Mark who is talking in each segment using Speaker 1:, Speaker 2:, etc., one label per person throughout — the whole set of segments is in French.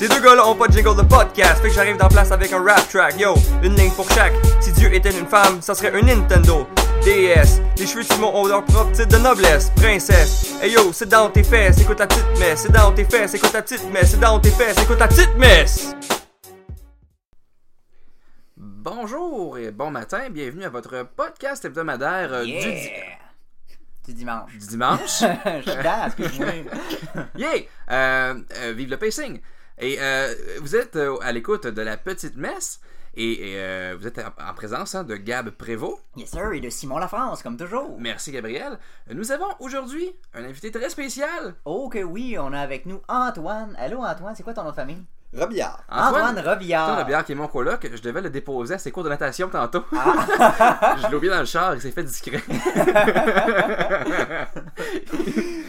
Speaker 1: Les deux gars là ont pas de jingle de podcast, fait que j'arrive d'en place avec un rap track. Yo, une ligne pour chaque. Si Dieu était une femme, ça serait un Nintendo. DS, les cheveux Simon ont leur propre titre de noblesse, princesse. Hey yo, c'est dans tes fesses, écoute ta petite messe. C'est dans tes fesses, écoute ta petite messe. C'est dans tes fesses, écoute ta petite messe.
Speaker 2: Bonjour et bon matin, bienvenue à votre podcast hebdomadaire euh, du, di-
Speaker 3: Yeah! Du dimanche.
Speaker 2: du dimanche.
Speaker 3: Je suis dedans, excuse-moi.
Speaker 2: yeah! Euh, euh, vive le pacing! Et euh, vous êtes euh, à l'écoute de la petite messe et, et, euh, vous êtes en, en présence hein, de Gab Prévost.
Speaker 3: Yes, sir, et de Simon Lafrance, comme toujours.
Speaker 2: Merci Gabriel. Nous avons aujourd'hui un invité très spécial.
Speaker 3: Oh que oui, on a avec nous Antoine. Allô, Antoine, c'est quoi ton nom de famille?
Speaker 4: Robillard.
Speaker 3: Antoine, Robillard.
Speaker 2: Antoine Robillard, qui est mon coloc, je devais le déposer à ses cours de natation tantôt.
Speaker 3: Ah!
Speaker 2: je l'ai oublié dans le char, il s'est fait discret.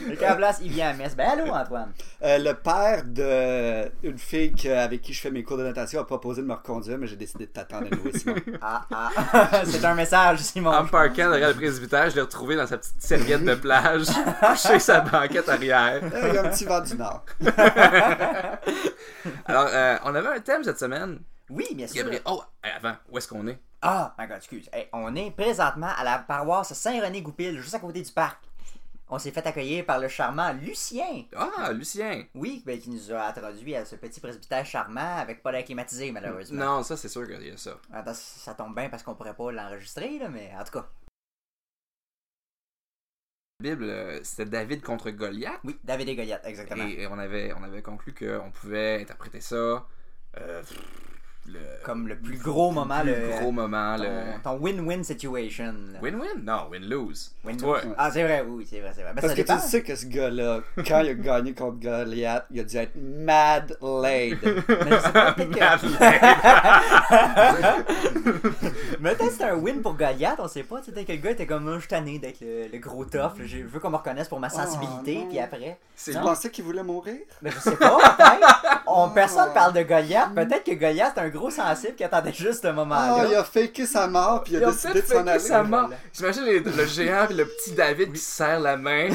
Speaker 3: Quelqu'un à la place, il vient à Metz. Ben, allô, Antoine.
Speaker 4: Euh, le père de une fille que- avec qui je fais mes cours de natation a proposé de me reconduire, mais j'ai décidé de t'attendre à nouveau, Simon.
Speaker 3: Ah, ah, c'est un message, Simon.
Speaker 2: En me parquant derrière le presbytère, je l'ai retrouvé dans sa petite serviette de plage, chez sa banquette arrière.
Speaker 4: Euh, Il y a un petit vent du Nord.
Speaker 2: Alors, euh, on avait un thème cette semaine.
Speaker 3: Oui, bien sûr.
Speaker 2: Gabriel. Oh, euh, avant, où est-ce qu'on est
Speaker 3: Ah, my God, excuse. Hey, on est présentement à la paroisse Saint-René-Goupil, juste à côté du parc. On s'est fait accueillir par le charmant Lucien.
Speaker 2: Ah, Lucien.
Speaker 3: Oui, ben, qui nous a introduit à ce petit presbytère charmant avec pas d'air climatisé, malheureusement.
Speaker 2: Non, ça, c'est sûr qu'il y a ça.
Speaker 3: Attends, ça tombe bien parce qu'on pourrait pas l'enregistrer, là, mais en tout cas.
Speaker 2: La Bible, euh, c'était David contre Goliath.
Speaker 3: Oui, David et Goliath, exactement.
Speaker 2: Et, et on, avait, on avait conclu qu'on pouvait interpréter ça. euh, pff, le,
Speaker 3: Comme le plus gros moment,
Speaker 2: le
Speaker 3: le,
Speaker 2: gros moment,
Speaker 3: ton,
Speaker 2: le.
Speaker 3: ton win-win situation. là.
Speaker 2: Win-win Non, win-lose.
Speaker 3: Win-win.
Speaker 2: Toi.
Speaker 3: Ah, c'est vrai, oui, c'est vrai, c'est vrai. Ben,
Speaker 4: Parce
Speaker 3: ça
Speaker 4: que
Speaker 3: dépend.
Speaker 4: tu sais que ce gars-là, quand il a gagné contre Goliath, il a dû être mad laid.
Speaker 3: Mais je sais pas, peut-être que-
Speaker 2: Merde.
Speaker 3: mais peut-être que c'était un win pour Goliath, on sait pas. tu sais, Peut-être que le gars était comme, Ah, je suis tanné d'être le, le gros tough. là, Je veux qu'on me reconnaisse pour ma sensibilité,
Speaker 4: Oh, non.
Speaker 3: puis après.
Speaker 2: C'est
Speaker 4: Tu pensais qu'il voulait mourir?
Speaker 3: Ben, je sais pas, peut-être.
Speaker 4: Oh.
Speaker 3: On, personne parle de Goliath. Peut-être que Goliath, c'est un gros sensible qui attendait juste ce
Speaker 4: Ah,
Speaker 3: moment-là.
Speaker 4: il a faké sa mort, puis il a
Speaker 2: Ils ont
Speaker 4: décidé
Speaker 2: fait
Speaker 4: de s'en
Speaker 2: fêter
Speaker 4: aller.
Speaker 2: sa mort. J'imagine les- le géant et le petit David qui se serrent la main.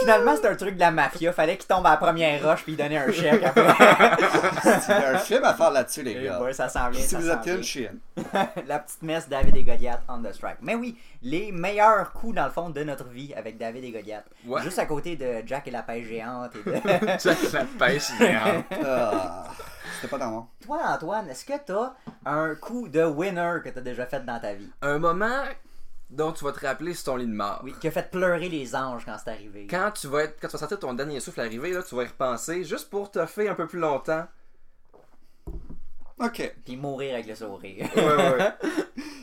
Speaker 3: Finalement, c'est un truc de la mafia. Fallait qu'il tombe à la première roche, puis il donnait un chèque après.
Speaker 4: Il y a un film à faire là-dessus, les
Speaker 3: Eh
Speaker 4: gars.
Speaker 3: boy, ça s'en vient,
Speaker 4: Si
Speaker 3: ça
Speaker 4: vous
Speaker 3: s'en
Speaker 4: êtes une
Speaker 3: vient.
Speaker 4: chienne.
Speaker 3: La petite messe David et Goliath on the strike. Mais oui, les meilleurs coups dans le fond de notre vie avec David et Goliath.
Speaker 2: Ouais.
Speaker 3: Juste à côté de Jack et la pêche géante. Et de...
Speaker 2: Jack la pêche géante.
Speaker 4: Ah, C'était pas dans mon.
Speaker 3: Toi, Antoine, est-ce que t'as un coup de winner que t'as déjà fait dans ta vie?
Speaker 2: Un moment dont tu vas te rappeler sur ton lit de mort.
Speaker 3: Oui, qui a fait pleurer les anges quand c'est arrivé.
Speaker 2: Quand tu vas être, quand tu vas sentir ton dernier souffle arriver, là, tu vas y repenser juste pour te faire un peu plus longtemps.
Speaker 4: Ok.
Speaker 3: Puis mourir avec le sourire.
Speaker 2: Ouais, ouais.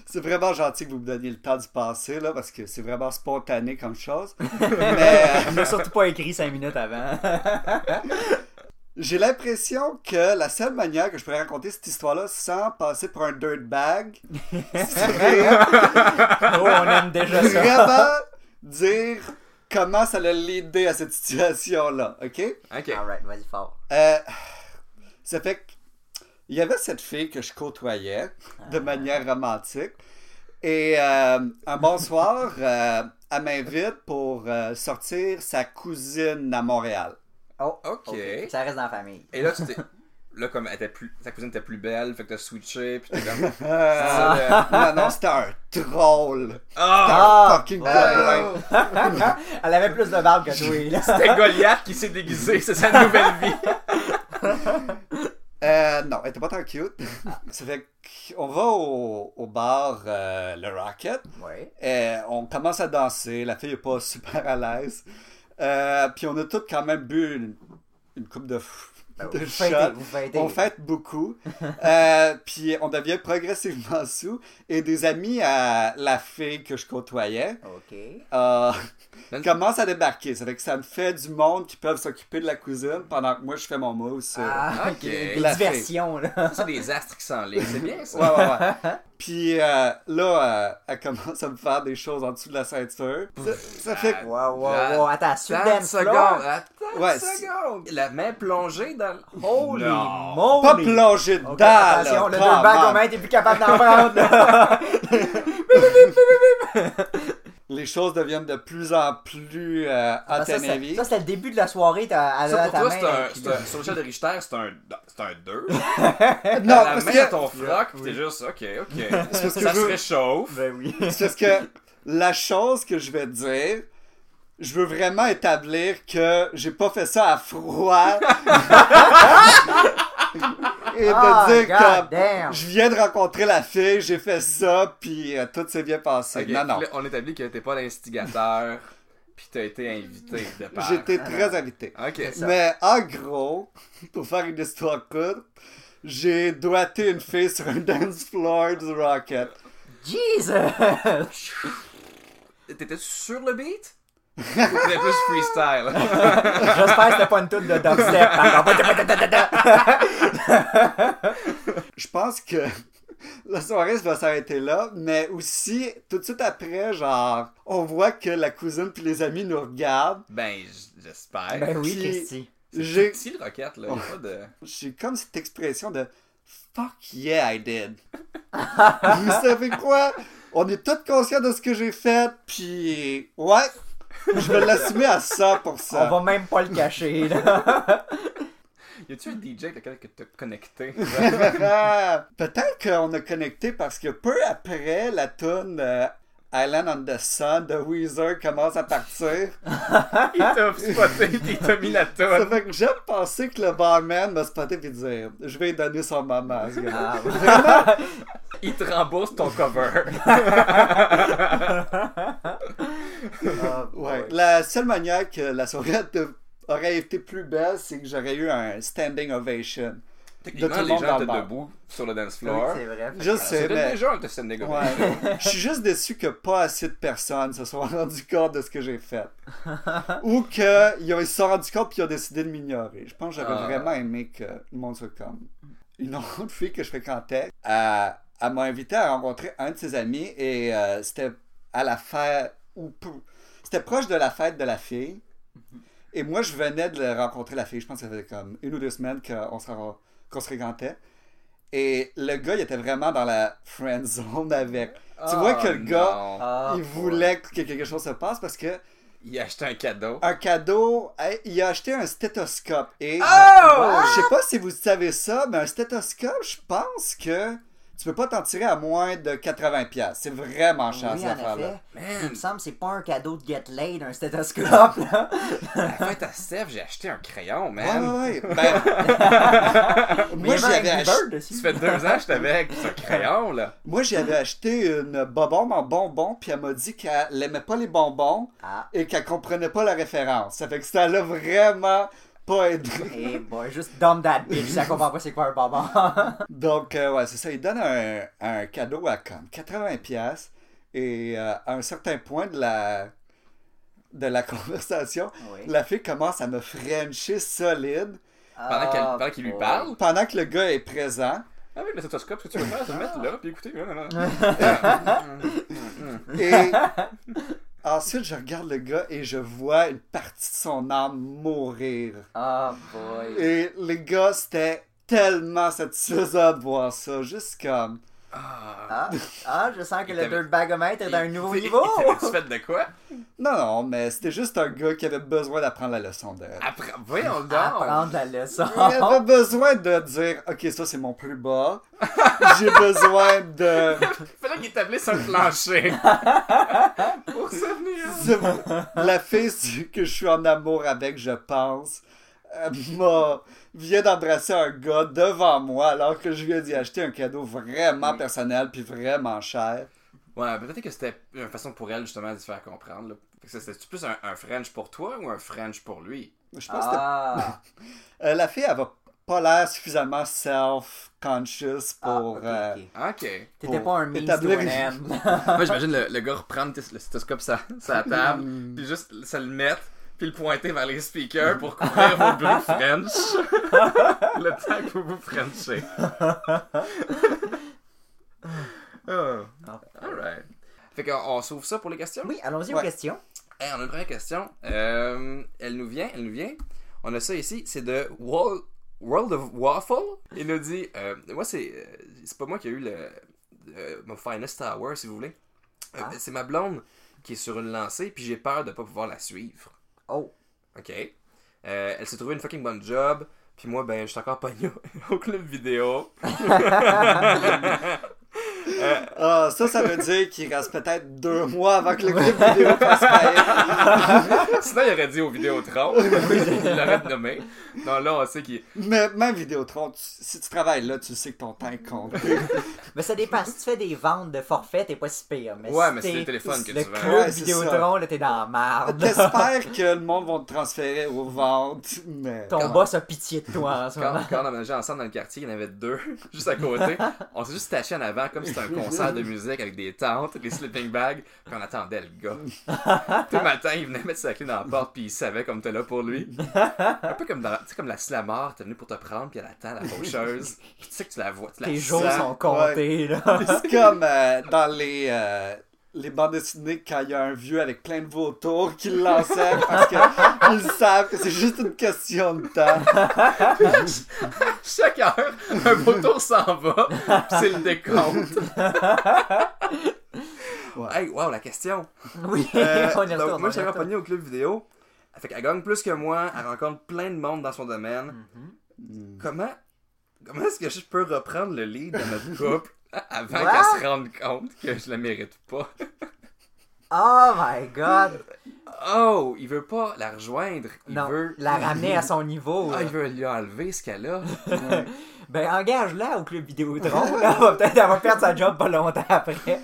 Speaker 4: C'est vraiment gentil que vous me donniez le temps du passé, là, parce que c'est vraiment spontané comme chose. Mais. euh,
Speaker 3: On n'a surtout pas écrit 5 minutes avant.
Speaker 4: J'ai l'impression que la seule manière que je pourrais raconter cette histoire-là sans passer pour un dirtbag, c'est
Speaker 3: oh, on aime déjà ça.
Speaker 4: vraiment dire comment ça l'a l'idée à cette situation-là, ok?
Speaker 2: ok.
Speaker 3: Alright, vas-y fort.
Speaker 4: Euh, ça fait que- il y avait cette fille que je côtoyais de manière romantique. Et euh, un bon soir, euh, elle m'invite pour euh, sortir sa cousine à Montréal.
Speaker 3: Oh,
Speaker 2: Ok.
Speaker 3: Ça reste dans la famille.
Speaker 2: Et là, tu t'es. Là, comme elle était plus... ta cousine était plus belle, fait que t'as switché, pis t'es comme.
Speaker 4: Euh, non, non, c'était un troll.
Speaker 2: Ah!
Speaker 3: Ah!
Speaker 4: Fucking
Speaker 2: Ah,
Speaker 4: troll.
Speaker 3: Elle avait plus de barbe que toi, là.
Speaker 2: C'était Goliath qui s'est déguisé, c'est sa nouvelle vie!
Speaker 4: Euh, non, elle était pas tant cute. Ça fait qu'on va au, au bar euh, Le Rocket.
Speaker 3: Ouais.
Speaker 4: Et on commence à danser. La fille est pas super à l'aise. Euh, puis on a toutes quand même bu une, une coupe de,
Speaker 3: Ben,
Speaker 4: de
Speaker 3: vous
Speaker 4: shots.
Speaker 3: fêtez, vous fêtez.
Speaker 4: On fête beaucoup. Euh, puis on devient progressivement sous. Et des amis à la fille que je côtoyais
Speaker 3: Ok.
Speaker 4: euh,
Speaker 2: Ben-
Speaker 4: commencent à débarquer. Ça fait que ça me fait du monde qui peuvent s'occuper de la cousine pendant que moi je fais mon euh, mot sur...
Speaker 3: Ah,
Speaker 2: ok.
Speaker 3: ok. Des
Speaker 4: La
Speaker 3: diversions, là.
Speaker 2: C'est des astres qui s'enlèvent, c'est bien ça!
Speaker 4: Ouais, ouais, ouais. Puis euh, là, euh, elle commence à me faire des choses en dessous de la ceinture. Ça, ça fait que-
Speaker 3: Wow, wow,
Speaker 2: Attends,
Speaker 3: wow. Attends, sur
Speaker 2: Attends une
Speaker 3: dance floor.
Speaker 2: seconde! Attends
Speaker 4: Ouais,
Speaker 2: une
Speaker 4: c'est-
Speaker 2: seconde! La main plongée dans le.
Speaker 3: Holy
Speaker 2: Non.
Speaker 3: moly.
Speaker 4: Pas plongé dedans,
Speaker 3: Ok,
Speaker 4: là,
Speaker 3: attention, le deux
Speaker 4: come
Speaker 3: bagues
Speaker 4: on.
Speaker 3: au main, t'es plus capable d'en prendre, là.
Speaker 4: les choses deviennent de plus en plus euh,
Speaker 3: Ah,
Speaker 4: à
Speaker 3: ça,
Speaker 4: ta
Speaker 3: c'est- ça, c'était le début de la soirée. t'as- elle
Speaker 2: Ça,
Speaker 3: a
Speaker 2: pour
Speaker 3: ta
Speaker 2: toi,
Speaker 3: main,
Speaker 2: c'est un,
Speaker 3: puis
Speaker 2: c'est un- sur le chat de Richter, c'est un, c'est un 2.
Speaker 4: Non,
Speaker 2: la
Speaker 4: parce
Speaker 2: main
Speaker 4: que-
Speaker 2: à ton froc, pis t'es juste, ok, ok.
Speaker 4: parce que
Speaker 2: ça
Speaker 4: je
Speaker 2: se
Speaker 4: veux-
Speaker 2: réchauffe.
Speaker 3: Ben oui.
Speaker 4: C'est parce que la chose que je vais dire, je veux vraiment établir que j'ai pas fait ça à froid. Et de
Speaker 3: Ah,
Speaker 4: dire
Speaker 3: God
Speaker 4: que
Speaker 3: damn.
Speaker 4: je viens de rencontrer la fille, j'ai fait ça, puis euh, tout s'est bien passé.
Speaker 2: Ok,
Speaker 4: non, non.
Speaker 2: là, On établit que t'es pas l'instigateur, pis t'as été invité de part.
Speaker 4: J'étais très invité.
Speaker 2: Ok.
Speaker 3: Ah, ça.
Speaker 4: Mais en gros, pour faire une histoire courte, j'ai doigté une fille sur un dance floor du Rocket.
Speaker 3: Jesus!
Speaker 2: T'étais-tu sur le beat? Ou t'étais plus freestyle?
Speaker 3: J'espère que c'était pas une toute de dubstep. par
Speaker 4: je pense que la soirée va s'arrêter là, mais aussi, tout de suite après, genre, on voit que la cousine puis les amis nous regardent.
Speaker 2: ben, j- j'espère.
Speaker 3: contre. ben oui,
Speaker 4: Puis-
Speaker 3: Christy.
Speaker 4: J'ai,
Speaker 2: Si le roquette, là, y a pas de.
Speaker 4: j'ai comme cette expression de fuck yeah, I did. Vous savez quoi? On est tous conscients de ce que j'ai fait, puis ouais, je vais l'assumer à 100%.
Speaker 3: On va même pas le cacher, là.
Speaker 2: Y a-tu un DJ avec lequel que t'as connecté?
Speaker 4: Ah, Peut-être qu'on a connecté parce que peu après la tune Island on the Sun de Weezer commence à partir.
Speaker 2: il t'a spoté pis il t'a mis la
Speaker 4: Ça
Speaker 2: tonne.
Speaker 4: fait que j'ai pensé que le barman m'a spoté et dire Je vais lui donner son maman. à ce gars-là.
Speaker 3: Ah, ouais.
Speaker 2: Il te rembourse ton cover.
Speaker 3: Ah,
Speaker 4: Ouais.
Speaker 3: ouais.
Speaker 4: La seule manière que la soirée de- aurait été plus belle, c'est que j'aurais eu un standing ovation.
Speaker 2: Techniquement,
Speaker 4: tout le
Speaker 2: les
Speaker 4: monde dans
Speaker 2: gens
Speaker 4: le
Speaker 2: étaient
Speaker 4: bar.
Speaker 2: debout sur le dance
Speaker 3: Oui,
Speaker 2: floor.
Speaker 3: Ah, c'est vrai.
Speaker 4: Je sais,
Speaker 2: C'était
Speaker 4: mais.
Speaker 2: déjà un test de
Speaker 4: Ouais. Je suis juste déçu que pas assez de personnes se soient rendues compte de ce que j'ai fait. Ou qu'ils se sont rendus compte puis ils ont décidé de m'ignorer. Je pense que j'aurais
Speaker 2: Ah.
Speaker 4: vraiment aimé que le monde soit comme. Une autre fille que je fréquentais, euh, elle m'a invité à rencontrer un de ses amis et euh, c'était à la fête. ou peu- C'était proche de la fête de la fille.
Speaker 3: Mhm.
Speaker 4: Et moi, je venais de rencontrer la fille. Je pense que ça faisait comme une ou deux semaines qu'on se, ren- qu'on se fréquentait. Et le gars, il était vraiment dans la friend zone avec. Tu vois que le gars,
Speaker 3: Ah,
Speaker 4: il voulait que quelque chose se passe parce que
Speaker 2: Il a acheté un cadeau.
Speaker 4: un cadeau, hey, il a acheté un stéthoscope. Et
Speaker 2: Oh!
Speaker 4: je sais pas si vous savez ça, mais un stéthoscope, je pense que tu peux pas t'en tirer à moins de 80$. piastres. C'est vraiment
Speaker 3: Ah Oui,
Speaker 4: cher, cette
Speaker 3: en
Speaker 4: affaire-là.
Speaker 3: effet. Il
Speaker 2: Man,
Speaker 3: me semble que c'est pas un cadeau de Get Laid, un stéthoscope, là.
Speaker 2: à la fête à Steph, j'ai acheté un crayon,
Speaker 4: Ouais,
Speaker 2: man.
Speaker 4: ouais, ouais. Ben, moi,
Speaker 3: Mais il y avait
Speaker 4: j'avais
Speaker 3: un
Speaker 4: acheté,
Speaker 3: Bird dessus.
Speaker 2: Ça fait deux ans que j'étais avec, pis c'est un crayon, là.
Speaker 4: moi, j'y avais acheté une bobombe en bonbons, puis elle m'a dit qu'elle aimait pas les bonbons
Speaker 3: Ah,
Speaker 4: et qu'elle comprenait pas la référence. Ça fait que ça l'a vraiment pas aidé.
Speaker 3: hey boy, juste dumb that bitch, ça comprend pas c'est quoi un bonbon.
Speaker 4: Donc, euh, ouais, c'est ça. Il donne un, un cadeau à comme 80 pièces Et euh, à un certain point de la, de la conversation,
Speaker 3: Oui.
Speaker 4: la fille commence à me frencher solide
Speaker 2: Pendant qu'elle-
Speaker 3: Ah,
Speaker 2: pendant qu'il lui
Speaker 3: boy.
Speaker 2: parle.
Speaker 4: pendant que le gars est présent.
Speaker 2: Ah oui, le stéthoscope, ce que tu veux faire, c'est le mettre là, puis écouter. Non, non, non.
Speaker 4: Et ensuite, je regarde le gars et je vois une partie de son âme mourir.
Speaker 3: Ah, boy.
Speaker 4: Et les gars, c'était tellement satisfaisant de voir ça. Juste comme.
Speaker 2: Ah.
Speaker 3: Ah, ah, je sens que
Speaker 2: Il
Speaker 3: le
Speaker 2: t'avait-
Speaker 3: dirtbagomètre est à un nouveau niveau.
Speaker 2: Tu fais de quoi?
Speaker 4: Non, non, mais c'était juste un gars qui avait besoin d'apprendre la leçon de.
Speaker 2: Après,
Speaker 3: Ah,
Speaker 2: voyons donc.
Speaker 3: Apprendre la leçon.
Speaker 4: Il avait besoin de dire Ok, ça c'est mon plus bas. J'ai besoin de.
Speaker 2: Fallait qu'il établisse un plancher. Pour se venir.
Speaker 4: La fille que je suis en amour avec, je pense, euh, m'a. vient d'embrasser un gars devant moi alors que je viens d'y acheter un cadeau vraiment personnel puis vraiment cher.
Speaker 2: Ouais, peut-être que c'était une façon pour elle, justement, de se faire comprendre. là. Fait que C'était plus un, un French pour toi ou un French pour lui?
Speaker 4: Je pense que
Speaker 3: Ah,
Speaker 4: Euh, la fille, elle va pas l'air suffisamment self-conscious
Speaker 3: Ah,
Speaker 4: pour.
Speaker 3: ok,
Speaker 4: euh,
Speaker 3: ok.
Speaker 2: Ok.
Speaker 3: T'étais
Speaker 4: pour
Speaker 3: pas un means to
Speaker 4: établir
Speaker 3: an
Speaker 4: une-
Speaker 3: end.
Speaker 2: Moi, j'imagine le, le gars reprendre le stéthoscope sur sa table, puis juste se le mettre, puis le pointer vers les speakers pour couvrir vos bruits French. le temps que vous vous Frenchez. oh. Alright. Fait qu'on on s'ouvre ça pour les questions?
Speaker 3: Oui, allons-y aux
Speaker 4: Ouais.
Speaker 3: questions.
Speaker 2: Hey, on a une première question. Euh, elle nous vient, elle nous vient. On a ça ici, c'est de Wal- World of Waffle. Il nous dit, euh, moi c'est, euh, c'est pas moi qui ai eu le, euh, mon finest hour si vous voulez. Euh,
Speaker 3: Ah.
Speaker 2: C'est ma blonde qui est sur une lancée, puis j'ai peur de pas pouvoir la suivre.
Speaker 3: Oh.
Speaker 2: OK. Euh, elle s'est trouvée une fucking bonne job. Puis moi, ben, je suis encore pogné au- au club vidéo.
Speaker 4: Ah, ça, ça veut dire qu'il reste peut-être deux mois avant que le clip vidéo fasse pareil.
Speaker 2: Sinon, il aurait dit au Vidéotron. il l'aurait nommé. Non, là, on sait qu'il...
Speaker 4: Mais même Vidéotron, tu- si tu travailles là, tu sais que ton temps compte.
Speaker 3: Mais ça dépend. Si tu fais des ventes de forfait, t'es pas si pire. Mais
Speaker 2: Ouais,
Speaker 3: si
Speaker 2: mais c'est
Speaker 3: t'es
Speaker 2: le téléphone que
Speaker 3: le
Speaker 2: tu vends.
Speaker 3: club
Speaker 4: Ouais, c'est
Speaker 3: Vidéotron, là, t'es dans la merde.
Speaker 4: J'espère que le monde va te transférer aux ventes, mais...
Speaker 3: Ton boss a pitié de toi en ce
Speaker 2: Quand,
Speaker 3: moment.
Speaker 2: quand on aménageait ensemble dans le quartier, il y en avait deux, juste à côté. On s'est juste taché en avant, comme si c'était un concert de musique avec des tentes, des sleeping bags, puis on attendait le gars. Tout le matin, il venait mettre sa clé dans la porte, puis il savait comme t'es là pour lui. Un peu comme dans, tu sais, comme la slammer, t'es venu pour te prendre, puis elle attend la faucheuse. Puis tu sais que tu la vois, tu la
Speaker 3: Tes
Speaker 2: sens.
Speaker 3: jours sont comptés, là.
Speaker 4: C'est comme euh, dans les, euh, les bandes dessinées quand il y a un vieux avec plein de vautours qui le lançait parce qu'ils savent que c'est juste une question de temps.
Speaker 2: Chaque heure, un vautour s'en va, puis c'est le décompte.
Speaker 4: Ouais.
Speaker 2: Hey, wow, la question.
Speaker 3: Oui,
Speaker 2: Euh,
Speaker 3: on y retourne.
Speaker 2: donc, moi,
Speaker 3: on y
Speaker 2: j'avais
Speaker 3: retourne.
Speaker 2: pogné au club vidéo. Fait qu'elle gagne plus que moi, elle rencontre plein de monde dans son domaine. Comment, comment est-ce que je peux reprendre le lead de notre couple avant
Speaker 3: What?
Speaker 2: qu'elle se rende compte que je la mérite pas?
Speaker 3: Oh my god!
Speaker 2: Oh, il veut pas la rejoindre. Il
Speaker 3: non,
Speaker 2: veut.
Speaker 3: la ramener à son niveau.
Speaker 2: Ah,
Speaker 3: là.
Speaker 2: il veut lui enlever ce qu'elle a.
Speaker 3: Ben, engage-la au club Vidéotron. là. Elle va peut-être elle va perdre sa job pas longtemps après.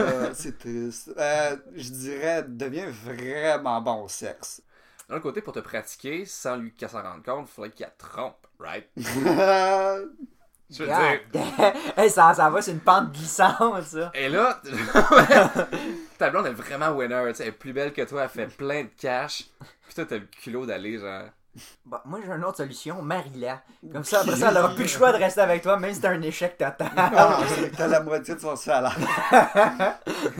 Speaker 4: Euh, c'est triste. Euh, je dirais, deviens vraiment bon au sexe.
Speaker 2: D'un autre côté, pour te pratiquer, sans lui qu'elle s'en rende compte, il faudrait qu'elle te trompe, right?
Speaker 4: T'es
Speaker 2: Je veux dire,
Speaker 3: God damn. Hey, ça, ça va, c'est une pente glissante, ça.
Speaker 2: Et là, ta blonde est vraiment winner, tu sais, elle est plus belle que toi, elle fait plein de cash. Puis toi, t'as le culot d'aller, genre.
Speaker 3: Bon, moi, j'ai une autre solution. Marie-la. Comme ça, après ça, elle aura plus le choix de rester avec toi, même si t'as un échec total.
Speaker 2: Ah,
Speaker 4: la moitié de son salaire.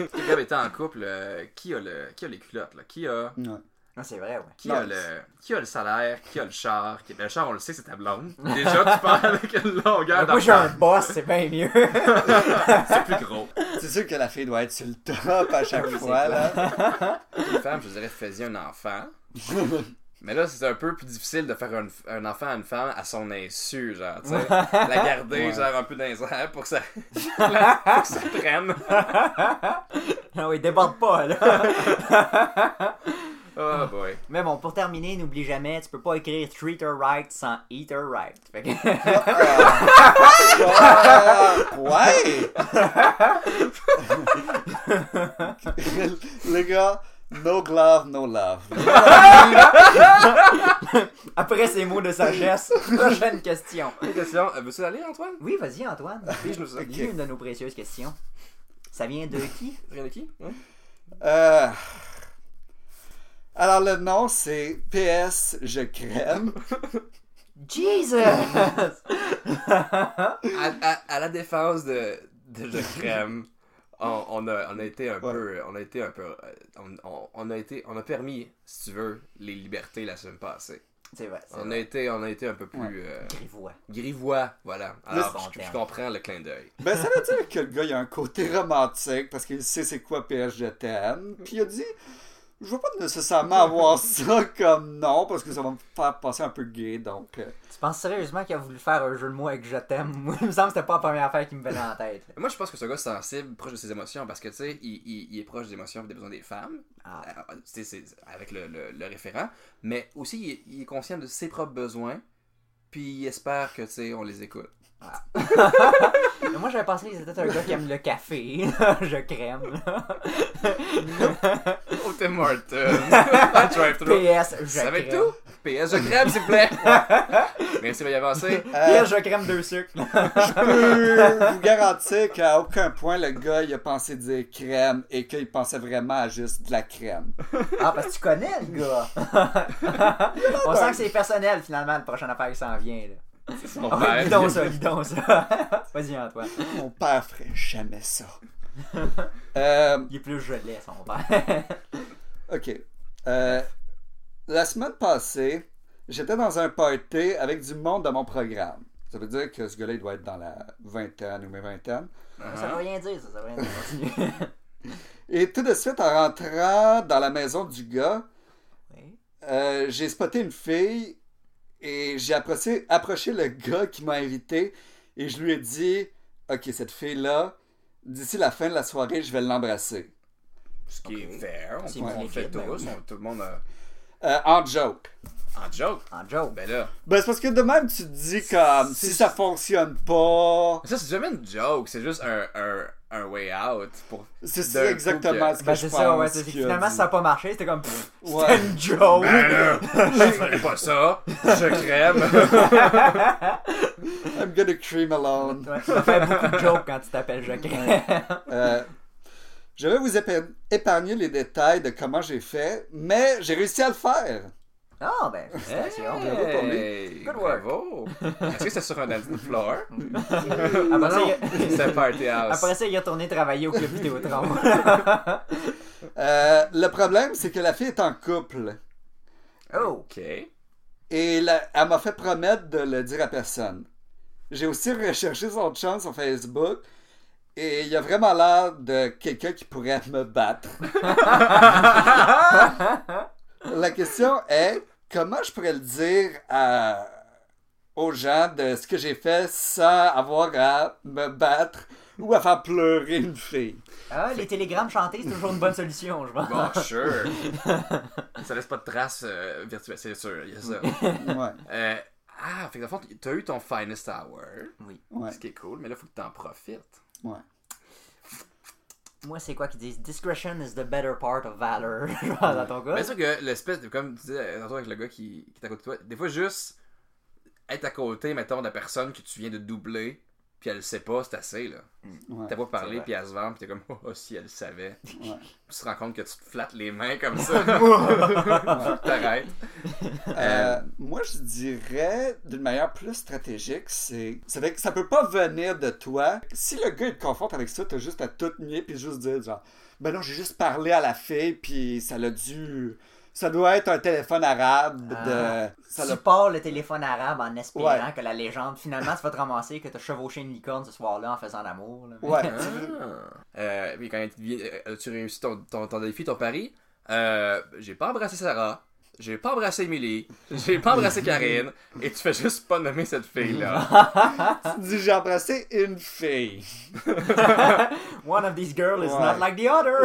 Speaker 2: Quelqu'un étant en couple, euh, qui, a le, qui a les culottes, là? Qui a,
Speaker 4: Non.
Speaker 3: Non, c'est vrai, ouais.
Speaker 2: qui, a
Speaker 4: Nice.
Speaker 2: le, qui a le salaire? Qui a le char? Qui- ben, Le char, on le sait, c'est ta blonde. Déjà, tu parles avec une longueur
Speaker 3: moi, j'ai un
Speaker 2: d'enfant.
Speaker 3: boss, c'est bien mieux.
Speaker 2: C'est plus gros.
Speaker 4: C'est sûr que la fille doit être sur le top à chaque
Speaker 2: Oui, c'est
Speaker 4: fois.
Speaker 2: clair.
Speaker 4: Là.
Speaker 2: Une femme, je dirais, faisait un enfant. Mais là, c'est un peu plus difficile de faire un, un enfant à une femme à son insu, genre, tu sais. La garder,
Speaker 4: Ouais.
Speaker 2: genre, un peu dans les airs pour que ça, pour que ça prenne.
Speaker 3: Ah oui, déborde pas, là.
Speaker 2: Oh boy.
Speaker 3: Mais bon, pour terminer, n'oublie jamais, tu peux pas écrire treat her right sans eat her right. Fait que-
Speaker 4: Ah, Euh, ouais! Les gars, no glove, no love.
Speaker 3: Après ces mots de sagesse, prochaine question.
Speaker 2: Une question. Euh, Veux-tu aller, Antoine?
Speaker 3: Oui, vas-y, Antoine.
Speaker 2: Oui, je me souviens.
Speaker 3: Dis-nous Une de nos précieuses questions. Ça vient de qui
Speaker 2: Rien de qui? Hein?
Speaker 4: Euh, Alors, le nom, c'est PS Je crème.
Speaker 3: Jesus
Speaker 2: À, à- à la défense de, de Je Crème, on, on a, on a été un
Speaker 4: Ouais.
Speaker 2: peu. On a été un peu. euh, On, on- on a été. On a permis, si tu veux, les libertés la semaine passée.
Speaker 3: C'est vrai, c'est
Speaker 2: On a
Speaker 3: vrai.
Speaker 2: été, on a été un peu plus. euh,
Speaker 3: Grivois.
Speaker 2: grivois, voilà. Alors,
Speaker 3: bon
Speaker 2: je- je,
Speaker 3: terme.
Speaker 2: comprends le clin d'œil.
Speaker 4: Ben, ça veut dire que le gars, il a un côté romantique parce qu'il sait c'est quoi PS Je t'aime. Puis il a dit, je veux pas nécessairement avoir ça comme nom parce que ça va me faire passer un peu gay. Donc, euh,
Speaker 3: Tu penses sérieusement qu'il a voulu faire un jeu de mots avec je t'aime Moi, il me semble que c'était pas la première affaire qui me venait en tête. là.
Speaker 2: Mais Moi, je pense que ce gars est sensible, proche de ses émotions, parce que, tu sais, il, il- il est proche des émotions et des besoins des femmes,
Speaker 3: Ah.
Speaker 2: Euh, tu sais, c'est avec le, le- le référent, mais aussi, il est, il est conscient de ses propres besoins, puis il espère que, tu sais, on les écoute.
Speaker 3: Mais moi, j'avais pensé que c'était un gars qui aime le café. je crème.
Speaker 2: Oh, Tim Martin! Ah, Un drive-thru!
Speaker 3: PS, je
Speaker 2: Ça va être
Speaker 3: crème.
Speaker 2: tout! PS, je crème, s'il vous plaît! Merci, veuillez avancer.
Speaker 4: euh,
Speaker 3: PS, je crème deux sucres.
Speaker 4: peux vous garantir qu'à aucun point le gars il a pensé dire crème et qu'il pensait vraiment à juste de la crème.
Speaker 3: ah, parce que tu connais le gars. On sent que c'est personnel, finalement, la prochaine affaire qui s'en vient. Là.
Speaker 2: C'est son
Speaker 3: Ah oui,
Speaker 2: père.
Speaker 3: dis donc ça, dis donc ça. Vas-y, Antoine.
Speaker 4: Mon père ferait jamais ça. Euh,
Speaker 3: Il est plus gelé, son père.
Speaker 4: Uh-huh. ok. Euh, la semaine passée, j'étais dans un party avec du monde de mon programme. Ça veut dire que ce gars-là, il doit être dans la vingtaine ou mes vingtaines.
Speaker 3: Ça veut rien dire, ça, ça veut rien dire. Continue.
Speaker 4: Et tout de suite, en rentrant dans la maison du gars,
Speaker 3: Oui.
Speaker 4: euh, j'ai spoté une fille et j'ai approché, approché le gars qui m'a invité et je lui ai dit Ok, cette fille-là, d'ici la fin de la soirée, je vais l'embrasser.
Speaker 2: Ce qui est
Speaker 3: Ok.
Speaker 2: fair,
Speaker 3: C'est
Speaker 2: on, on le fait
Speaker 3: magnifique, ben
Speaker 2: tous,
Speaker 3: oui.
Speaker 2: on- tout le monde euh,
Speaker 4: Euh, en joke.
Speaker 2: en joke.
Speaker 3: En joke.
Speaker 2: Ben là,
Speaker 4: Ben, c'est parce que de même, tu te dis comme si ça fonctionne pas.
Speaker 2: ça c'est jamais une joke, c'est juste un, un, un way out. Pour...
Speaker 4: C'est
Speaker 2: D'un
Speaker 4: ça
Speaker 2: coup
Speaker 4: exactement
Speaker 2: que-
Speaker 4: ce que
Speaker 3: Ben,
Speaker 4: je
Speaker 3: c'est
Speaker 4: pense.
Speaker 3: ça, ouais. c'est-
Speaker 4: qu'il a
Speaker 3: Finalement,
Speaker 4: dit.
Speaker 3: ça a pas marché. C'était comme, pff,
Speaker 4: Ouais.
Speaker 3: c'était une joke.
Speaker 2: Ben là, je ferais pas ça, je crème.
Speaker 4: I'm gonna cream alone.
Speaker 3: Ouais, tu fais beaucoup de jokes quand tu t'appelles Jacques.
Speaker 4: Euh, je vais vous épa- épargner les détails de comment j'ai fait, mais j'ai réussi à le faire.
Speaker 3: Ah, ben, félicitations.
Speaker 2: Eh.
Speaker 4: Hey. bravo pour lui.
Speaker 2: Good
Speaker 3: Good work.
Speaker 2: Est-ce que c'est sur un dance floor?
Speaker 3: Après, ça,
Speaker 2: non,
Speaker 3: il-
Speaker 2: c'est un party house.
Speaker 3: après ça, il est retourné travailler au club Vidéotron.
Speaker 4: Euh, le problème, c'est que la fille est en couple
Speaker 3: oh,
Speaker 2: Ok.
Speaker 4: et la- elle m'a fait promettre de le dire à personne. J'ai aussi recherché son chance sur Facebook et il a vraiment l'air de quelqu'un qui pourrait me battre. la question est comment je pourrais le dire à- aux gens de ce que j'ai fait sans avoir à me battre ou à faire pleurer une fille.
Speaker 3: ah, les télégrammes chantés, c'est toujours une bonne solution, je pense.
Speaker 2: Bon, sure. ça laisse pas de traces euh, virtuelles, c'est sûr, il y a ça.
Speaker 4: Ouais,
Speaker 2: Euh, ah, fait que dans le fond, t'as eu ton finest hour,
Speaker 3: Oui.
Speaker 4: ouais,
Speaker 2: ce qui est cool, mais là, faut que t'en profites.
Speaker 4: ouais.
Speaker 3: Moi, c'est quoi qu'ils disent Discretion is the better part of valor. Je pense, dans ton cas.
Speaker 2: Bien sûr que l'espèce, de- comme tu disais, tantôt avec le gars qui, qui est à côté de toi, des fois, juste être à côté, mettons, de la personne que tu viens de doubler, puis elle le sait pas, c'est assez, là.
Speaker 4: ouais.
Speaker 2: T'as pas
Speaker 3: C'est
Speaker 2: parlé,
Speaker 3: vrai.
Speaker 2: puis elle se vend, puis t'es comme, oh, oh, si elle le savait.
Speaker 4: Ouais.
Speaker 2: Tu te rends compte que tu te flattes les mains comme ça. T'arrêtes.
Speaker 4: Euh, moi, je dirais d'une manière plus stratégique, c'est c'est vrai que ça peut pas venir de toi. Si le gars il te confronte avec ça, t'as juste à tout nier puis juste dire genre ben non, j'ai juste parlé à la fille puis ça l'a dû ça doit être un téléphone arabe de
Speaker 3: Ah.
Speaker 4: ça
Speaker 3: tu
Speaker 4: l'a
Speaker 3: pars le téléphone arabe en espérant
Speaker 4: Ouais.
Speaker 3: que la légende finalement se va te ramasser que t'as chevauché une licorne ce soir-là en faisant l'amour. là.
Speaker 4: Ouais.
Speaker 2: Hein? Euh, puis quand tu deviens- euh, tu réussis ton, ton, ton défi, ton pari, euh, j'ai pas embrassé Sarah, j'ai pas embrassé Emily, j'ai pas embrassé Karine, et tu fais juste pas nommer cette fille-là.
Speaker 4: Tu dis j'ai embrassé une fille.
Speaker 3: One of these girls is
Speaker 4: Ouais.
Speaker 3: not like the other.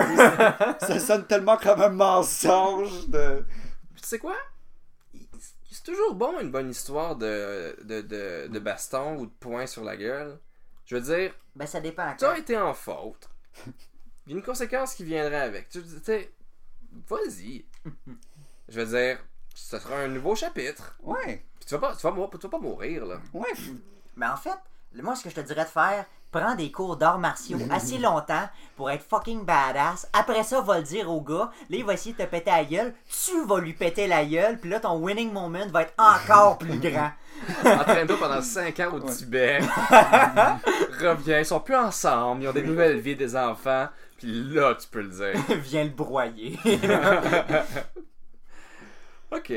Speaker 4: ça sonne tellement comme un mensonge de
Speaker 2: Puis tu sais quoi? C'est toujours bon une bonne histoire de, de, de, de baston ou de poing sur la gueule. Je veux dire,
Speaker 3: ben, ça dépend.
Speaker 2: tu as été en faute. Il y a une conséquence qui viendrait avec. Tu tu sais, vas-y. Je veux dire, ce sera un nouveau chapitre.
Speaker 4: ouais,
Speaker 2: Puis tu vas pas, tu vas, mou- tu vas pas mourir, là.
Speaker 4: ouais.
Speaker 3: Mais Ben, en fait, moi, ce que je te dirais de faire, prends des cours d'arts martiaux assez longtemps pour être fucking badass. Après ça, va le dire au gars. Là, il va essayer de te péter la gueule. Tu vas lui péter la gueule. Puis là, ton winning moment va être encore plus grand.
Speaker 2: Entraîne-toi pendant 5 ans au Tibet. Reviens, ils sont plus ensemble, ils ont des nouvelles vies, des enfants. Puis là, tu peux le dire.
Speaker 3: Viens le broyer.
Speaker 2: OK.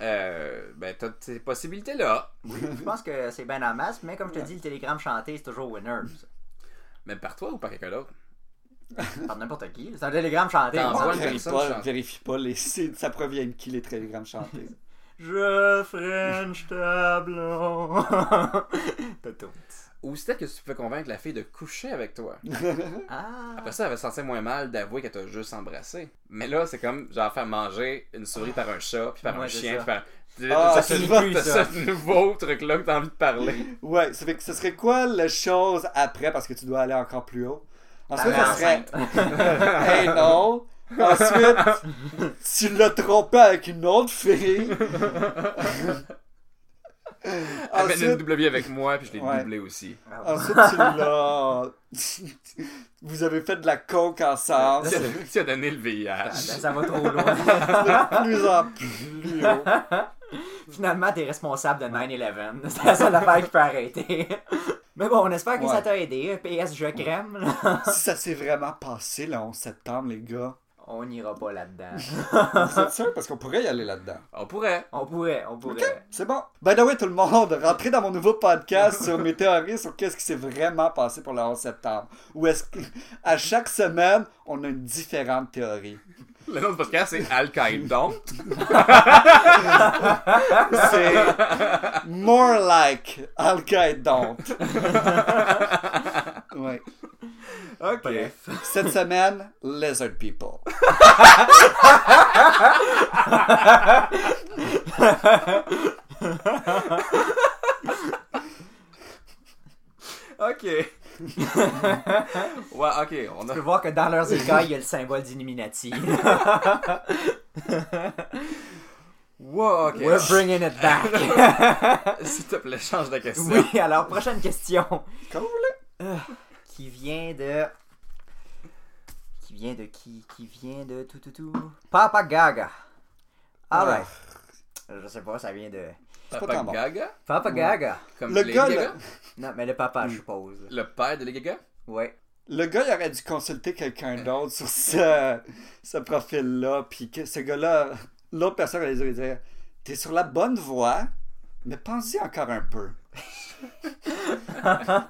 Speaker 2: Euh, ben, t'as ces possibilités-là.
Speaker 3: je pense que c'est ben en masse. Mais comme je te dis, le télégramme chanté, c'est toujours winners.
Speaker 2: Même par toi ou par quelqu'un d'autre.
Speaker 3: Par n'importe qui. C'est un télégramme chanté.
Speaker 2: T'en
Speaker 3: on
Speaker 2: vois
Speaker 3: s'en
Speaker 2: une
Speaker 3: fout.
Speaker 4: Vérifie
Speaker 2: personne
Speaker 4: pas,
Speaker 2: chante.
Speaker 4: vérifie pas les signes, ça provient de qui les télégrammes chantés.
Speaker 3: Je French tableau. Toto.
Speaker 2: Ou c'est peut-être que tu peux convaincre la fille de coucher avec toi.
Speaker 3: Ah.
Speaker 2: Après ça, elle va se sentir moins mal d'avouer qu'elle t'a juste embrassé. Mais là, c'est comme genre faire manger une souris par un chat, puis par un
Speaker 3: Ouais, c'est
Speaker 2: chien,
Speaker 3: ça.
Speaker 2: puis par.
Speaker 4: Ah,
Speaker 2: T'as
Speaker 4: c'est
Speaker 2: ce-
Speaker 4: plus,
Speaker 2: t'as
Speaker 3: ça.
Speaker 2: ce nouveau truc-là que t'as envie de parler.
Speaker 4: Ouais, ça fait que ce serait quoi la chose après parce que tu dois aller encore plus haut? Ensuite,
Speaker 3: T'allais
Speaker 4: ça serait Hey non! Ensuite, tu l'as trompé avec une autre fille.
Speaker 3: Ah,
Speaker 2: Amène une
Speaker 4: ensuite,
Speaker 2: double vie avec moi, puis je l'ai
Speaker 4: Ouais.
Speaker 2: doublé aussi.
Speaker 4: ensuite, tu l'as. Vous avez fait de la coke ensemble.
Speaker 2: Tu as- tu as donné le
Speaker 3: Ah, ben,
Speaker 2: VIH.
Speaker 3: ça va trop loin.
Speaker 4: De plus en plus haut.
Speaker 3: Finalement, t'es responsable de 9-11. C'est la seule affaire qui peut arrêter. Mais bon, on espère que
Speaker 4: Ouais.
Speaker 3: ça t'a aidé. PS, je crème. là.
Speaker 4: Si ça s'est vraiment passé le 11 septembre, les gars.
Speaker 3: on n'ira pas là-dedans.
Speaker 4: Vous êtes sûr? Parce qu'on pourrait y aller là-dedans.
Speaker 2: On pourrait.
Speaker 3: on pourrait, on pourrait.
Speaker 4: C'est bon. By the way, tout le monde, rentrez dans mon nouveau podcast sur mes théories sur qu'est-ce qui s'est vraiment passé pour le 11 septembre. Où est-ce qu'à chaque semaine, on a une différente théorie.
Speaker 2: Le nom du podcast, c'est Al-Qaïda.
Speaker 4: C'est more like Al-Qaïda. Ouais.
Speaker 2: OK.
Speaker 3: Bref.
Speaker 4: Cette semaine, Lizard People.
Speaker 2: OK. ouais, OK. On a...
Speaker 3: Tu peux voir que dans leurs écailles, il y a le symbole d'Illuminati.
Speaker 2: Wow, OK.
Speaker 3: We're bringing it back.
Speaker 2: S'il te plaît, change de question.
Speaker 3: oui, alors, prochaine question. Euh,
Speaker 4: Comme vous voulez.
Speaker 3: Qui vient de... Qui vient de qui? Qui vient de tout tout tout? Papa Gaga. Ah
Speaker 4: Ouais.
Speaker 3: ouais. Je sais pas, ça vient de...
Speaker 4: pas
Speaker 2: Papa
Speaker 4: tant bon.
Speaker 2: Gaga?
Speaker 3: Papa Gaga.
Speaker 2: Comme
Speaker 4: Le
Speaker 2: Lady
Speaker 4: gars,
Speaker 2: Gaga?
Speaker 3: Non, mais le papa, je suppose.
Speaker 2: Le père de Lady Gaga?
Speaker 3: Ouais.
Speaker 4: Le gars, il aurait dû consulter quelqu'un d'autre sur ce, ce profil-là. Puis que ce gars-là, l'autre personne aurait dû dire T'es sur la bonne voie, mais pense-y encore un peu.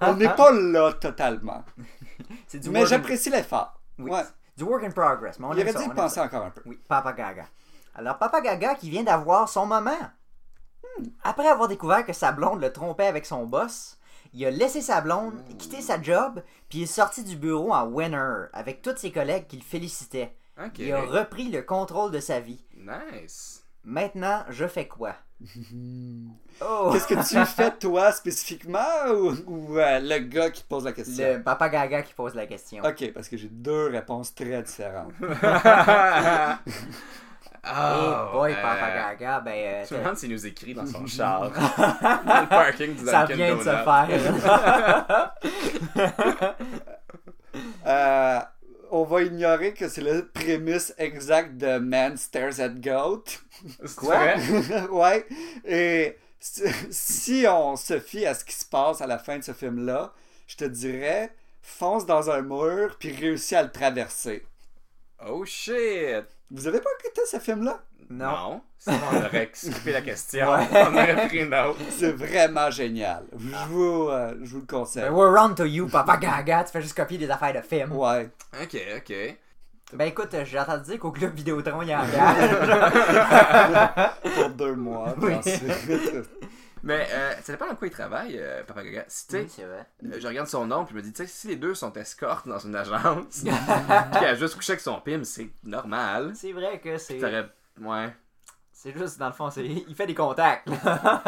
Speaker 4: On n'est pas là totalement.
Speaker 3: C'est du,
Speaker 4: mais
Speaker 3: work in...
Speaker 4: j'apprécie l'effort.
Speaker 3: oui,
Speaker 4: Ouais.
Speaker 3: du work in progress. Mais on
Speaker 4: Il
Speaker 3: aime
Speaker 4: aurait
Speaker 3: ça,
Speaker 4: dû
Speaker 3: on aime
Speaker 4: penser
Speaker 3: ça.
Speaker 4: encore un peu.
Speaker 3: Oui, Papa Gaga. Alors, Papa Gaga qui vient d'avoir son maman. Après avoir découvert que sa blonde le trompait avec son boss, il a laissé sa blonde,
Speaker 2: Hmm.
Speaker 3: quitté sa job, puis est sorti du bureau en winner avec tous ses collègues qui le félicitaient.
Speaker 2: OK.
Speaker 3: Il a repris le contrôle de sa vie.
Speaker 2: Nice.
Speaker 3: Maintenant, je fais quoi? Oh!
Speaker 4: Qu'est-ce que tu fais, toi, spécifiquement, ou, ou, euh, le gars qui pose la question
Speaker 3: Le Papa Gaga qui pose la question.
Speaker 4: Ok, parce que j'ai deux réponses très différentes.
Speaker 2: Ah, Oh,
Speaker 3: hey boy,
Speaker 2: euh,
Speaker 3: Papa Gaga, ben... euh,
Speaker 2: Je me demande s'il nous écrit dans son char. dans le parking du
Speaker 3: ça
Speaker 2: Dunkin'
Speaker 3: vient de se
Speaker 2: Donut.
Speaker 3: faire.
Speaker 4: Euh, on va ignorer que c'est le prémisse exact de Man Stares at Goat.
Speaker 2: C'est
Speaker 4: Quoi?
Speaker 2: vrai?
Speaker 4: ouais. Et si si on se fie à ce qui se passe à la fin de ce film-là, je te dirais, fonce dans un mur puis réussis à le traverser.
Speaker 2: Oh shit!
Speaker 4: Vous avez pas écouté ce film-là?
Speaker 3: non.
Speaker 2: Sinon, on aurait skippé la question.
Speaker 3: Ouais.
Speaker 2: On aurait pris une autre.
Speaker 4: C'est vraiment génial. Je vous, euh, je vous le conseille.
Speaker 3: Ben, we're on to you, Papa Gaga. Tu fais juste copier des affaires de films.
Speaker 4: Ouais.
Speaker 2: Ok, ok.
Speaker 3: Ben écoute, euh, j'ai entendu dire qu'au club Vidéotron, il y en a.
Speaker 4: Pour deux mois. puis
Speaker 3: Oui.
Speaker 4: ensuite-
Speaker 2: Mais euh, ça dépend dans quoi il travaille, euh, Papa Gaga. Si tu sais,
Speaker 3: c'est vrai.
Speaker 2: euh, je regarde son nom, puis je me dis, tu sais, si les deux sont escortes dans une agence, puis qu'elle a juste couché avec son pim, c'est normal.
Speaker 3: C'est vrai que c'est.
Speaker 2: T'aurais. Ouais.
Speaker 3: C'est juste, dans le fond, c'est... il fait des contacts. là.
Speaker 2: Ben,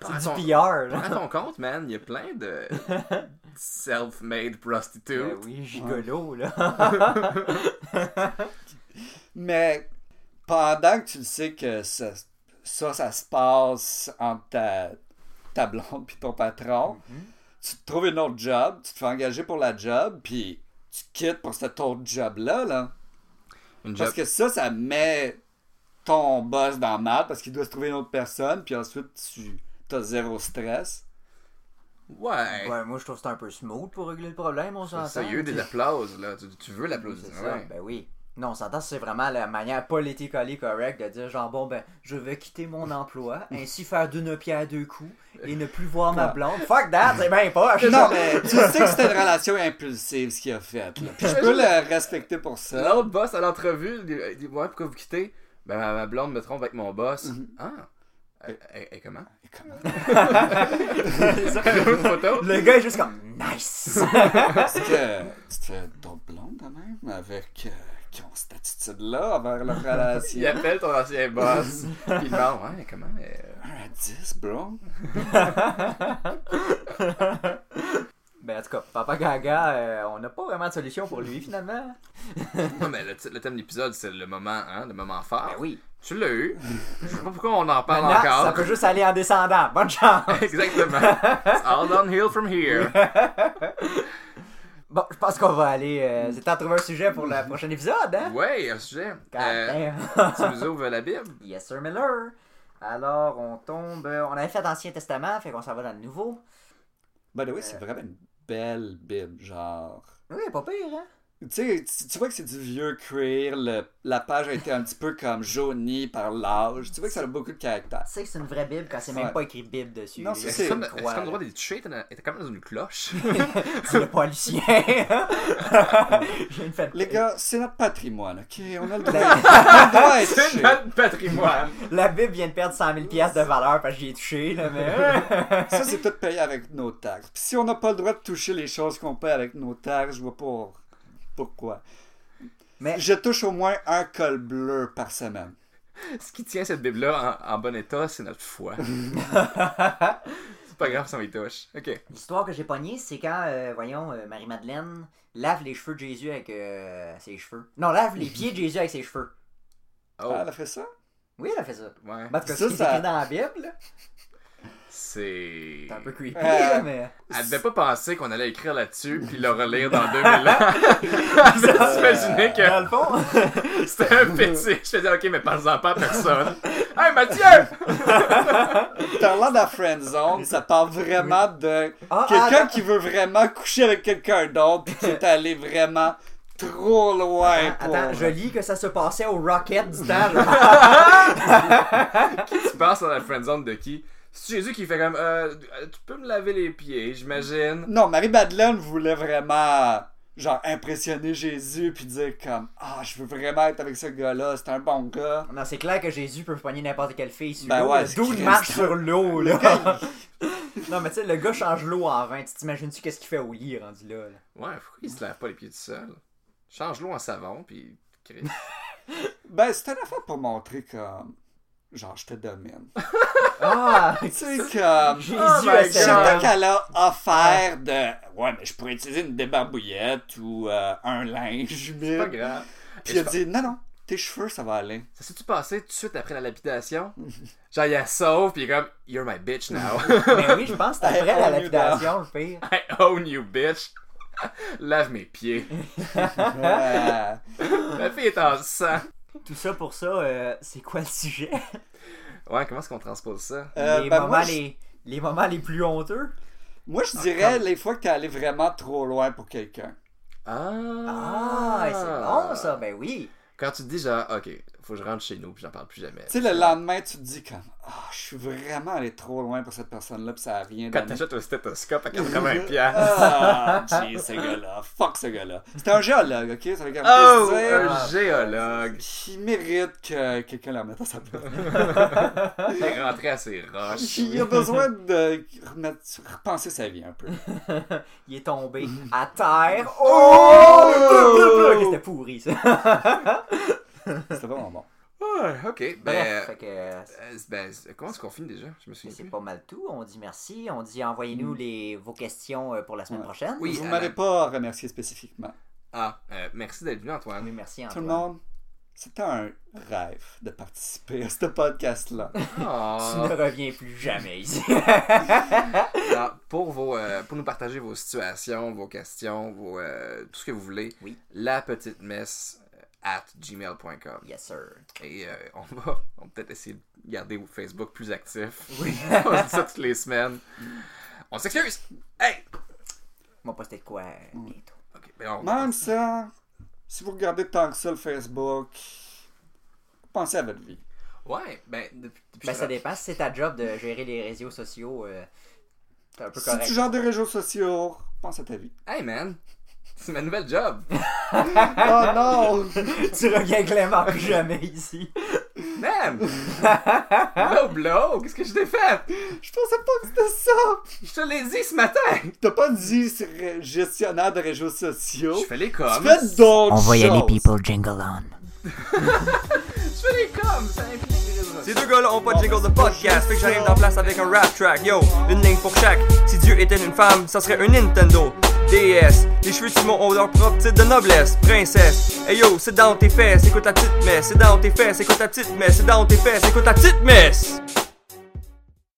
Speaker 2: prends,
Speaker 3: c'est
Speaker 2: ton...
Speaker 3: du PR, là.
Speaker 2: prends ton compte, man. Il y a plein de self-made prostitutes.
Speaker 3: Ben oui, gigolo, là.
Speaker 4: Mais pendant que tu le sais que ça, ça, ça se passe entre ta, ta blonde puis ton patron, tu te trouves une autre job, tu te fais engager pour la job, puis tu quittes pour cet autre job-là. Là.
Speaker 2: Une
Speaker 4: Parce
Speaker 2: job-
Speaker 4: que ça, ça met ton boss dans le mal parce qu'il doit se trouver une autre personne, puis ensuite tu as zéro stress.
Speaker 2: Ouais.
Speaker 3: Ouais, moi, je trouve que c'est un peu smooth pour régler le problème, on s'entend.
Speaker 2: Ça, il y a eu des applauses, là. Tu, tu veux
Speaker 3: C'est
Speaker 2: l'applaudissement.
Speaker 3: ça,
Speaker 2: ouais.
Speaker 3: ben oui. Non, on s'entend, c'est vraiment la manière politically correcte de dire genre, bon, ben, je vais quitter mon emploi, ainsi faire d'une pierre deux coups, et ne plus voir ma
Speaker 4: Ouais.
Speaker 3: blonde. Fuck that, c'est bien poche!
Speaker 4: Non, mais tu sais que c'était une relation impulsive ce qu'il a fait. là. Puis je peux le respecter pour ça.
Speaker 2: L'autre boss à l'entrevue, il dit il dit, Ouais, pourquoi vous quittez Ben, ma, ma blonde me trompe avec mon boss. Ah Et, comment Une photo
Speaker 3: Le gars est juste comme, nice!
Speaker 4: Est-ce que tu te fais d'autres blondes quand même avec euh, qui ont cette attitude-là envers leur relation?
Speaker 3: Hein?
Speaker 2: Il appelle ton ancien boss. Puis il demande Ouais, comment euh,
Speaker 4: 1 à 10, bro?
Speaker 3: Ben en tout cas, Papa Gaga, euh, on n'a pas vraiment de solution pour lui finalement.
Speaker 2: Non, mais le, t- le thème de l'épisode, c'est le moment, hein, le moment fort.
Speaker 3: Ben oui.
Speaker 2: Tu l'as eu. Je sais pas pourquoi on en parle
Speaker 3: Maintenant, ça
Speaker 2: encore.
Speaker 3: peut juste aller en descendant. Bonne chance.
Speaker 2: Exactement. It's all downhill from here.
Speaker 3: Bon, je pense qu'on va aller. euh, c'est temps de trouver un sujet pour le prochain épisode, hein?
Speaker 2: Mm. Ouais, un sujet.
Speaker 3: God
Speaker 2: Euh,
Speaker 3: damn.
Speaker 2: tu nous ouvres la Bible
Speaker 3: yes, sir, Miller. Alors, on tombe. euh, On avait fait l'Ancien Testament, fait qu'on s'en va dans le Nouveau.
Speaker 4: By the way, c'est vraiment une belle Bible, genre.
Speaker 3: Oui, pas pire, hein?
Speaker 4: Tu sais, tu- tu vois que c'est du vieux cuir, le- la page a été un petit peu comme jaunie par l'âge. Tu vois que ça a beaucoup de caractère.
Speaker 3: Tu sais que c'est une vraie Bible quand c'est même
Speaker 4: Ouais.
Speaker 3: pas écrit Bible dessus.
Speaker 4: Non,
Speaker 3: là.
Speaker 4: ça,
Speaker 2: Est-ce
Speaker 4: c'est-
Speaker 2: que
Speaker 3: Tu
Speaker 2: comme
Speaker 3: le
Speaker 2: est-ce
Speaker 3: crois, euh,
Speaker 2: qu'on a le
Speaker 3: là.
Speaker 2: droit d'être touché? T'es dans- t'es quand même dans une cloche.
Speaker 3: Dis-le pas à Lucien. J'ai une fête.
Speaker 4: Les gars, c'est notre patrimoine, ok? On a le droit, on a le droit à être
Speaker 2: C'est
Speaker 4: chez-
Speaker 2: notre patrimoine.
Speaker 3: La Bible vient de perdre 100 000 piastres de valeur parce que j'y ai touché, là, mais...
Speaker 4: Ça, c'est tout payé avec nos taxes. Puis si on n'a pas le droit de toucher les choses qu'on paye avec nos taxes, je vois pas pourquoi.
Speaker 3: Mais-
Speaker 4: Je touche au moins un col bleu par semaine.
Speaker 2: Ce qui tient cette Bible-là en, en bon état, c'est notre foi. c'est pas grave si on y touche. Ok.
Speaker 3: L'histoire que j'ai pognée, c'est quand, euh, voyons, euh, Marie-Madeleine lave les cheveux de Jésus avec euh, ses cheveux. Non, lave les pieds de Jésus avec ses cheveux.
Speaker 2: Oh,
Speaker 4: Ah, elle a fait ça?
Speaker 3: Oui, elle a fait ça.
Speaker 2: ouais.
Speaker 3: Ben, en tout cas,
Speaker 4: Ça,
Speaker 3: ce qui est
Speaker 4: ça-
Speaker 3: écrit dans la Bible, là,
Speaker 2: C'est.
Speaker 3: c'est un peu creepy,
Speaker 4: Euh,
Speaker 3: là, mais...
Speaker 2: Elle devait pas penser qu'on allait écrire là-dessus puis le relire dans 2000 ans. Elle devait s'imaginer
Speaker 3: Dans
Speaker 2: que
Speaker 3: le fond,
Speaker 2: c'était un fétiche. Je faisais, ok, mais parle-en pas à personne. Hey Mathieu!
Speaker 4: Parlant de la friendzone, ça parle vraiment de
Speaker 3: Ah,
Speaker 4: quelqu'un
Speaker 3: ah,
Speaker 4: qui veut vraiment coucher avec quelqu'un d'autre puis qui est allé vraiment trop loin
Speaker 3: attends,
Speaker 4: ben, pour... euh,
Speaker 3: attends, je lis que ça se passait au Rocket du temps. là.
Speaker 2: Tu penses à la friendzone de qui? C'est Jésus qui fait comme, euh, tu peux me laver les pieds, j'imagine.
Speaker 4: Non, Marie-Madeleine voulait vraiment genre impressionner Jésus puis dire comme « Ah, je veux vraiment être avec ce gars-là, c'est un bon gars.
Speaker 3: Non, c'est clair que Jésus peut poigner n'importe quelle fille sur
Speaker 4: Ben
Speaker 3: l'eau.
Speaker 4: ouais,
Speaker 3: là.
Speaker 4: c'est
Speaker 3: D'où il
Speaker 4: Christ.
Speaker 3: marche sur l'eau, là. non, mais tu sais, le gars change l'eau en vin. Tu t'imagines-tu qu'est-ce qu'il fait au lit rendu là? là?
Speaker 2: Ouais, pourquoi il se lave pas les pieds tout seul? Change l'eau en savon puis. crée- »
Speaker 4: Ben, c'était une affaire pour montrer comme... Genre, je te domine.
Speaker 3: Ah!
Speaker 4: tu sais, euh, comme...
Speaker 3: Jésus
Speaker 2: my
Speaker 3: a
Speaker 4: C'est
Speaker 2: God.
Speaker 3: sa-
Speaker 4: Surtout qu'elle a
Speaker 2: Ah.
Speaker 4: offert de. Ouais, mais je pourrais utiliser une débarbouillette ou euh, un linge humide.
Speaker 2: Pas grave.
Speaker 4: Puis il a dit non, non, tes cheveux, ça va aller.
Speaker 2: Ça s'est-tu passé tout de suite après la lapidation? Genre, il la sauve, puis il est comme, You're my bitch now.
Speaker 3: Mais oui, je pense que c'est après
Speaker 4: Hey,
Speaker 3: la
Speaker 4: on est
Speaker 3: lapidation, le pire.
Speaker 2: I own you, bitch. Lave mes pieds.
Speaker 4: Euh,
Speaker 2: Ma fille est en sang.
Speaker 3: Tout ça pour ça, euh, c'est quoi le sujet?
Speaker 2: Ouais, comment est-ce qu'on transpose ça?
Speaker 4: euh,
Speaker 3: les,
Speaker 4: ben,
Speaker 3: moments
Speaker 4: moi, je,
Speaker 3: les... Ah, les moments les plus honteux?
Speaker 4: moi, je dirais les fois que t'es allé vraiment trop loin pour quelqu'un.
Speaker 2: Ah!
Speaker 3: Ah, c'est bon ça, ben oui.
Speaker 2: Quand tu te dis genre, ok, faut que je rentre chez nous, puis j'en parle plus jamais.
Speaker 4: Tu sais, le lendemain, tu te dis comme Ah, je suis vraiment allé trop loin pour cette personne-là, puis ça a rien
Speaker 2: Quand
Speaker 4: donné.
Speaker 2: t'achètes un stéthoscope à 80 piastres.
Speaker 4: Ah, jeez, ce gars-là. Fuck ce gars-là. C'était un géologue, ok? Ça veut dire
Speaker 2: Oh!
Speaker 4: plaisir.
Speaker 2: Un géologue.
Speaker 4: Il mérite que quelqu'un le remette à sa place.
Speaker 2: Il est rentré à ses roches.
Speaker 4: Il a besoin de remettre- repenser sa vie un peu.
Speaker 3: Il est tombé à terre. Oh! Que C'était pourri, ça.
Speaker 4: C'était vraiment bon.
Speaker 2: Ah, ok,
Speaker 3: Bref,
Speaker 2: ben.
Speaker 3: fait que...
Speaker 2: euh, ben, comment est-ce qu'on finit déjà? Je me
Speaker 3: Mais
Speaker 2: souviens
Speaker 3: C'est
Speaker 2: plus.
Speaker 3: pas mal tout. On dit merci. On dit envoyez-nous les, vos questions euh, pour la semaine
Speaker 4: Mm. Ouais.
Speaker 3: prochaine.
Speaker 2: Oui, à
Speaker 4: Vous ne
Speaker 2: la-
Speaker 4: m'avez pas remercié spécifiquement.
Speaker 2: Ah, euh, merci d'être venu, Antoine.
Speaker 3: Oui, merci
Speaker 4: Tout
Speaker 3: Antoine.
Speaker 4: le monde, c'était un rêve de participer à ce podcast-là.
Speaker 3: Tu
Speaker 2: Ah.
Speaker 3: ne reviens plus jamais ici.
Speaker 2: Alors, pour, vos, euh, pour nous partager vos situations, vos questions, vos, euh, tout ce que vous voulez,
Speaker 3: Oui.
Speaker 2: la petite messe euh, at gmail.com.
Speaker 3: yes, sir.
Speaker 2: Et euh, on va, on va peut-être essayer de garder Facebook plus actif.
Speaker 3: Oui.
Speaker 2: on se dit ça toutes les semaines. On s'excuse! Hey!
Speaker 3: Moi, poster de quoi euh,
Speaker 4: Mm.
Speaker 3: bientôt.
Speaker 2: Ok, ben on-
Speaker 4: Même ça, si vous regardez tant que ça le Facebook, pensez à votre vie.
Speaker 2: Ouais, ben depuis, depuis
Speaker 3: Ben,
Speaker 2: je
Speaker 3: ça
Speaker 2: tra-
Speaker 3: dépend. Si c'est ta job de gérer les réseaux sociaux, euh, c'est un peu
Speaker 4: Si
Speaker 3: correct.
Speaker 4: tu gères des réseaux sociaux, pense à ta vie.
Speaker 2: Hey man! C'est ma nouvelle job!
Speaker 4: Oh non!
Speaker 3: tu reviens clairement plus jamais ici.
Speaker 2: Man! blow blow! Qu'est-ce que je t'ai fait?
Speaker 4: Je pensais pas que c'était ça!
Speaker 2: Je te l'ai dit ce matin!
Speaker 4: T'as pas dit c'est ré- gestionnaire de réseaux sociaux?
Speaker 3: Oh.
Speaker 2: Je fais les
Speaker 4: Tu
Speaker 2: coms!
Speaker 4: fais d'autres
Speaker 3: On va y aller,
Speaker 4: choses.
Speaker 3: people. Jingle on.
Speaker 2: Je fais les coms! ben, Ça implique les réseaux
Speaker 1: Ces deux gars-là ont pas de jingle de podcast, fait que j'arrive dans place avec un rap track. Yo, une ligne pour chaque. Si Dieu était une femme, ça serait un Nintendo. DS, les cheveux de Simon ont leur propre titre de noblesse. Princesse, hey yo, c'est dans tes fesses, écoute la petite messe. C'est dans tes fesses, écoute la petite messe. C'est dans tes fesses, écoute la petite messe.